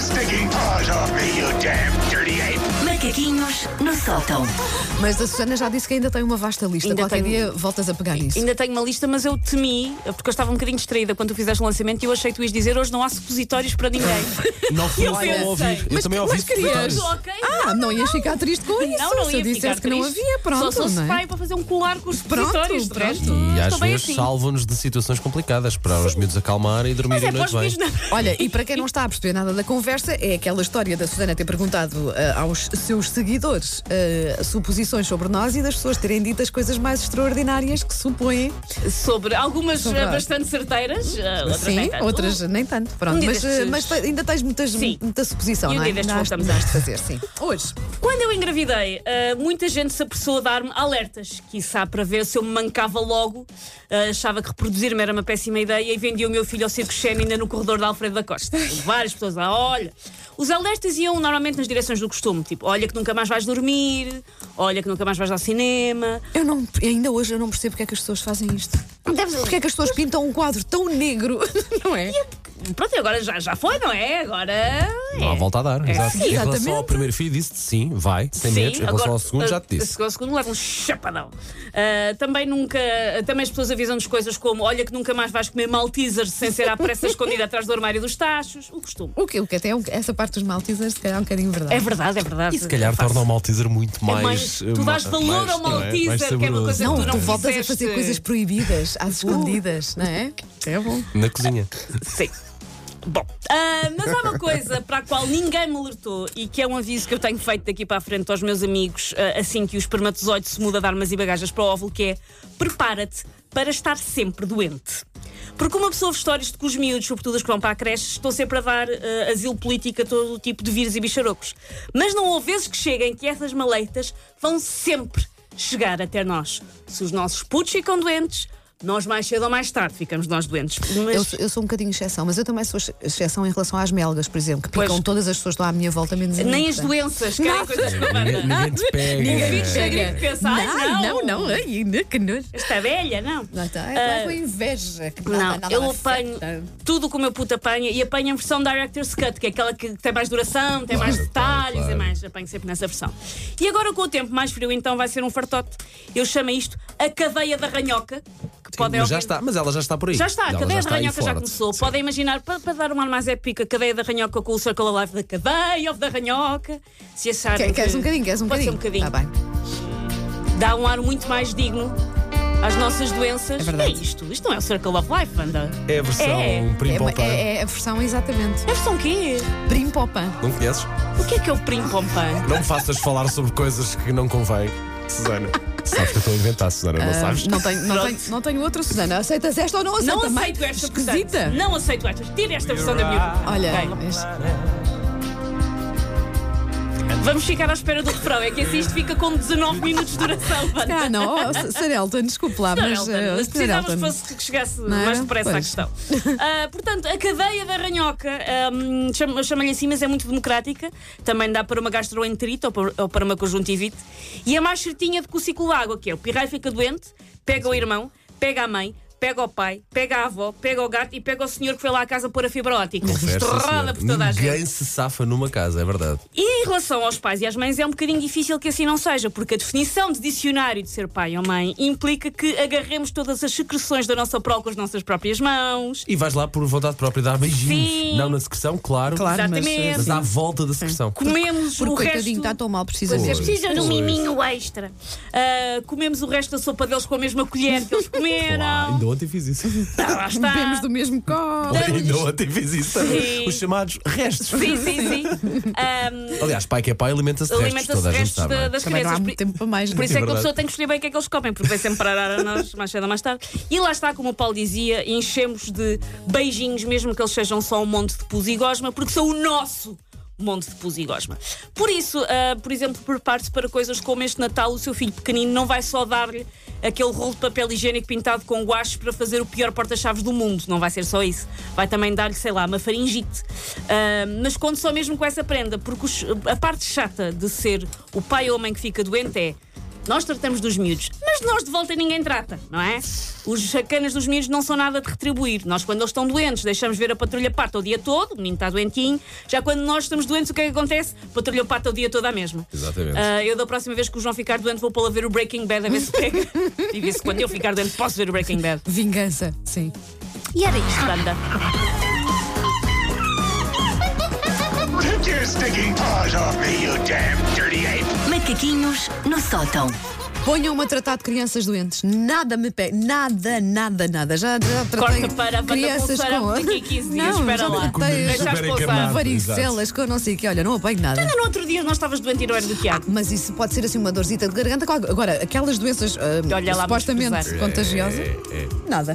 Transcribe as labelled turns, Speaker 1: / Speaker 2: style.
Speaker 1: stinking paws off me, you damn dirty ape!
Speaker 2: Macaquinhos no sótão.
Speaker 3: Mas a Susana já disse que ainda tem uma vasta lista.
Speaker 4: Ainda um-
Speaker 3: Qualquer
Speaker 4: tenho-
Speaker 3: dia voltas a pegar nisso.
Speaker 4: Ainda tenho uma lista, mas eu temi, porque eu estava um bocadinho distraída quando tu fizeste o lançamento e eu achei que tu ias dizer hoje não há supositórios para ninguém.
Speaker 5: Não fui eu que
Speaker 4: pensei.
Speaker 5: não ouvi. Eu
Speaker 3: Mas-
Speaker 5: também ouvi
Speaker 3: mas querias-
Speaker 5: comentários.
Speaker 4: ok? então.
Speaker 3: Ah, não ias ficar triste com isso.
Speaker 4: Não, não
Speaker 3: Se eu
Speaker 4: ia ficar
Speaker 3: dissesse que não
Speaker 4: triste.
Speaker 3: havia, pronto.
Speaker 4: Só sou
Speaker 3: não é?
Speaker 4: spray para fazer um colar com os
Speaker 3: Pronto,
Speaker 4: supositórios, de
Speaker 3: pronto.
Speaker 4: resto.
Speaker 5: E às
Speaker 4: estou bem
Speaker 5: vezes
Speaker 4: assim.
Speaker 5: salvam-nos de situações complicadas para os miúdos acalmarem e
Speaker 4: Mas
Speaker 5: dormirem
Speaker 4: é
Speaker 5: a
Speaker 4: para os
Speaker 5: noite bem.
Speaker 4: meus não.
Speaker 3: Olha, e para quem não está a perceber nada da conversa, é aquela história da Susana ter perguntado ah, aos seus seguidores ah, suposições sobre nós e das pessoas terem dito as coisas mais extraordinárias que supõem.
Speaker 4: Sobre algumas
Speaker 3: Sobre
Speaker 4: eh,
Speaker 3: a-
Speaker 4: bastante certeiras, eh, outras
Speaker 3: Sim,
Speaker 4: nem tanto.
Speaker 3: outras nem tanto. Pronto,
Speaker 4: Um dia
Speaker 3: mas, ah,
Speaker 4: destes-
Speaker 3: mas te- ainda tens muitas,
Speaker 4: Sim.
Speaker 3: muita suposição,
Speaker 4: E um
Speaker 3: não é?
Speaker 4: dia destes
Speaker 3: Ainda hás-
Speaker 4: voltamos a
Speaker 3: ainda hás de fazer, sim. Hoje.
Speaker 4: Quando eu engravidei, eh, muita gente se apressou a dar-me alertas, quiçá para ver se eu me mancava logo, eh, achava que reproduzir-me era uma péssima ideia e vendia o meu filho ao circo Xena ainda no corredor da Alfredo da Costa. Várias pessoas lá, olha. Os alertas iam normalmente nas direções do costume, tipo, olha que nunca mais vais dormir, olha que nunca mais vais ao cinema.
Speaker 3: Eu não, ainda hoje eu não percebo porque é que as pessoas fazem isto. Porque é que as pessoas pintam um quadro tão negro, não é?
Speaker 4: Pronto, e agora já, já foi, não é? Agora. é.
Speaker 5: Não há volta a dar. exato.
Speaker 3: Sim,
Speaker 5: Em relação ao
Speaker 3: exatamente.
Speaker 5: primeiro filho, disse-te sim, vai, sem
Speaker 4: Sim,
Speaker 5: medos. Em relação
Speaker 4: agora,
Speaker 5: ao segundo,
Speaker 4: uh,
Speaker 5: já te
Speaker 4: O
Speaker 5: disse.
Speaker 4: segundo, ao segundo leva um chapadão. Uh, também nunca. uh, Também as pessoas avisam-nos coisas como: olha que nunca mais vais comer maltesers sem ser à pressa escondida atrás do armário dos tachos. O costume.
Speaker 3: O que, o que até é um- essa parte dos Maltesers, se calhar é um bocadinho verdade.
Speaker 4: É verdade, é verdade.
Speaker 5: E se calhar torna o Malteser muito
Speaker 4: é mais,
Speaker 5: mais. eh,
Speaker 4: tu dás
Speaker 5: ma-
Speaker 4: valor
Speaker 5: mais,
Speaker 4: ao
Speaker 5: não é? Mais
Speaker 4: Malteser, que é uma
Speaker 5: saboroso.
Speaker 4: coisa
Speaker 3: Não,
Speaker 4: que tu não
Speaker 3: tu voltas a
Speaker 4: fizeste.
Speaker 3: fazer coisas proibidas, às escondidas, não é? É bom.
Speaker 5: Na cozinha.
Speaker 4: Sim. Bom, ah, mas há uma coisa para a qual ninguém me alertou e que é um aviso que eu tenho feito daqui para a frente aos meus amigos ah, assim que o espermatozoide se muda de armas e bagagens para o óvulo, que é prepara-te para estar sempre doente. Porque uma pessoa ouve histórias de que os miúdos, sobretudo as que vão para a creche, estão sempre a dar ah, asilo político a todo o tipo de vírus e bicharocos. Mas não houve vezes que cheguem que essas maleitas vão sempre chegar até nós. Se os nossos putos ficam doentes, nós mais cedo ou mais tarde ficamos nós doentes. Mas-
Speaker 3: Eu, sou- eu sou um bocadinho exceção, mas eu também sou ex- exceção em relação às melgas, por exemplo, que picam
Speaker 4: Pois.
Speaker 3: todas as pessoas que estão à minha volta, menos a mim,
Speaker 4: Nem as
Speaker 3: portanto.
Speaker 4: doenças, querem coisas que é não
Speaker 5: Ninguém,
Speaker 4: mandam.
Speaker 5: ninguém te pega.
Speaker 4: Ninguém chega e pensa, ai
Speaker 3: Ai, não,
Speaker 4: não,
Speaker 3: não, ai, não, que nojo.
Speaker 4: Esta velha, não.
Speaker 3: Lá está, é
Speaker 4: Ah,
Speaker 3: claro, com inveja. que nada-
Speaker 4: Não,
Speaker 3: nada
Speaker 4: eu
Speaker 3: me
Speaker 4: apanho
Speaker 3: afeta.
Speaker 4: tudo que o meu puto apanha e apanho a versão Director's Cut, que é aquela que tem mais duração, tem mais
Speaker 5: Claro,
Speaker 4: detalhes,
Speaker 5: claro,
Speaker 4: é
Speaker 5: claro.
Speaker 4: mais. Apanho sempre nessa versão. E agora com o tempo mais frio, então vai ser um fartote. Eu chamo isto a cadeia da ranhoca, que podem
Speaker 5: Mas já
Speaker 4: ouvir-
Speaker 5: está, mas ela já está por aí.
Speaker 4: Já está, a
Speaker 5: Ela
Speaker 4: cadeia da
Speaker 5: está aí
Speaker 4: ranhoca já
Speaker 5: forte.
Speaker 4: começou.
Speaker 5: Sim.
Speaker 4: Podem imaginar, para, para dar um ar mais épico, a cadeia da ranhoca com o Circle Alive da cadeia of da ranhoca. Se acharem.
Speaker 3: Quer- Queres
Speaker 4: que-
Speaker 3: um bocadinho? Queres um
Speaker 4: Pode ser
Speaker 3: bocadinho?
Speaker 4: um bocadinho.
Speaker 3: Tá bem.
Speaker 4: dá um ar muito mais digno às nossas doenças.
Speaker 3: É verdade.
Speaker 4: isto. Isto não é o Circle of Life, anda.
Speaker 5: É a versão
Speaker 4: É.
Speaker 3: É
Speaker 5: Prim
Speaker 3: uma-
Speaker 5: Pom Pam.
Speaker 3: É, é a versão exatamente.
Speaker 4: É versão quê?
Speaker 3: Prim Popan.
Speaker 5: Não conheces?
Speaker 4: O que é que é o Prim Pom Pam?
Speaker 5: Não me faças falar sobre coisas que não convém, Susana. Sabes que eu estou a inventar, Susana,
Speaker 4: Ah,
Speaker 5: não sabes?
Speaker 3: Não tenho, não,
Speaker 4: Pronto.
Speaker 3: tenho, não tenho outra, Susana. Aceitas esta ou não aceita?
Speaker 4: Não
Speaker 3: Mãe,
Speaker 4: aceito esta portanto.
Speaker 3: tá Esquisita.
Speaker 4: Não aceito esta. Tira esta versão da miúda.
Speaker 3: Olha,
Speaker 4: Ok.
Speaker 3: este-
Speaker 4: Vamos ficar à espera do refrão. É que assim isto fica com 19 minutos de duração, banda.
Speaker 3: Ah, não, oh, S- Sr. Elton, desculpe lá,
Speaker 4: Sr.
Speaker 3: mas.
Speaker 4: Elton,
Speaker 3: eh,
Speaker 4: mas
Speaker 3: Sr.
Speaker 4: precisávamos
Speaker 3: Elton.
Speaker 4: que fosse que chegasse
Speaker 3: era?
Speaker 4: mais depressa à
Speaker 3: Pois.
Speaker 4: questão. Ah, portanto, a cadeia da ranhoca, ahm, chama- eu chamo-lhe assim, mas é muito democrática. Também dá para uma gastroenterite ou para, ou para uma conjuntivite. E é mais certinha do que o ciclo de água, que é o pirralho fica doente, pega o irmão, pega a mãe, pega o pai, pega a avó, pega o gato e pega o senhor que foi lá à casa pôr a fibra ótica.
Speaker 5: Confesso,
Speaker 4: Estrada
Speaker 5: senhora.
Speaker 4: por toda a gente.
Speaker 5: Ninguém se safa numa casa, é verdade.
Speaker 4: E em relação aos pais e às mães, é um bocadinho difícil que assim não seja, porque a definição de dicionário de ser pai ou mãe implica que agarremos todas as secreções da nossa prole com as nossas próprias mãos.
Speaker 5: E vais lá por vontade própria dar beijinhos.
Speaker 4: Sim.
Speaker 5: Não na secção, claro.
Speaker 3: Claro, mas,
Speaker 4: Exatamente.
Speaker 5: Mas à volta da secção.
Speaker 4: Comemos
Speaker 3: Porque
Speaker 4: o
Speaker 3: o coitadinho
Speaker 4: resto.
Speaker 3: está tão mal, precisa
Speaker 4: Pois é,
Speaker 3: mesmo.
Speaker 4: precisa de um
Speaker 5: tá Pois.
Speaker 4: miminho extra. Ah, comemos o resto da sopa deles com a mesma colher que eles comeram.
Speaker 5: Lá, ainda ontem fiz isso.
Speaker 4: Ah, lá está.
Speaker 3: Bebemos do mesmo copo.
Speaker 5: ainda ontem fiz isso também.
Speaker 4: Sim.
Speaker 5: Os chamados restos.
Speaker 4: Sim, sim, sim. Ah,
Speaker 5: Aliás, pai que é pai alimenta-se de restos.
Speaker 4: Alimenta-se
Speaker 5: Toda a
Speaker 4: de
Speaker 5: gente
Speaker 4: restos
Speaker 5: sabe.
Speaker 4: da-
Speaker 5: não é?
Speaker 4: das
Speaker 3: Também não há
Speaker 4: crianças.
Speaker 3: muito tempo para mais.
Speaker 4: Por
Speaker 3: não é?
Speaker 4: isso é que a
Speaker 5: verdade.
Speaker 4: pessoa tem que escolher bem o que é que eles comem, porque vai sempre parar a nós mais cedo ou mais tarde. E lá está, como o Paulo dizia, enchemos de beijinhos, mesmo que eles sejam só um monte de pus e gosma, porque são o nosso monte de pus e gosma. Por isso, ah, por exemplo, prepare-se para coisas como este Natal, o seu filho pequenino não vai só dar-lhe aquele rolo de papel higiênico pintado com guache para fazer o pior porta-chaves do mundo, não vai ser só isso. Vai também dar-lhe, sei lá, uma faringite. Ah, mas conto só mesmo com essa prenda, porque os- a parte chata de ser o pai ou a mãe que fica doente é Nós tratamos dos miúdos, mas de nós de volta ninguém trata, não é? Os chacanas dos miúdos não são nada de retribuir. Nós, quando eles estão doentes, deixamos ver a patrulha pata o dia todo, o menino está doentinho. Já quando nós estamos doentes, o que é que acontece? Patrulha pata o dia todo à mesma.
Speaker 5: Exatamente.
Speaker 4: Ah, eu, da próxima vez que o João ficar doente, vou pô-lo a ver o Breaking Bad a ver se pega. e ver se quando eu ficar doente posso ver o Breaking Bad.
Speaker 3: Vingança, sim.
Speaker 4: E era isto, banda.
Speaker 1: Take your stinking paws off me, you damn dirty ape!
Speaker 2: Macaquinhos no sótão.
Speaker 3: Ponham-me a tratar de crianças doentes. Nada me pega. Nada, nada, nada. Já, já tratei
Speaker 4: Corta para a banda
Speaker 3: crianças
Speaker 4: pulseira
Speaker 3: com...
Speaker 4: daqui a 15 dias.
Speaker 3: Não,
Speaker 4: Espera
Speaker 3: já
Speaker 4: lá.
Speaker 3: tratei-
Speaker 4: Deixa
Speaker 5: Super
Speaker 4: as pousar.
Speaker 5: encarnado, exato.
Speaker 3: Varicelas, que eu não sei o que. Olha, não apanho nada.
Speaker 4: Ainda no outro dia nós estavas doente e não era do Tiago.
Speaker 3: Mas isso pode ser assim uma dorzita de garganta. Agora, aquelas doenças ah,
Speaker 4: Olha lá, vamos
Speaker 3: supostamente
Speaker 4: pesquisar.
Speaker 3: contagiosas,
Speaker 5: É, é.
Speaker 3: nada.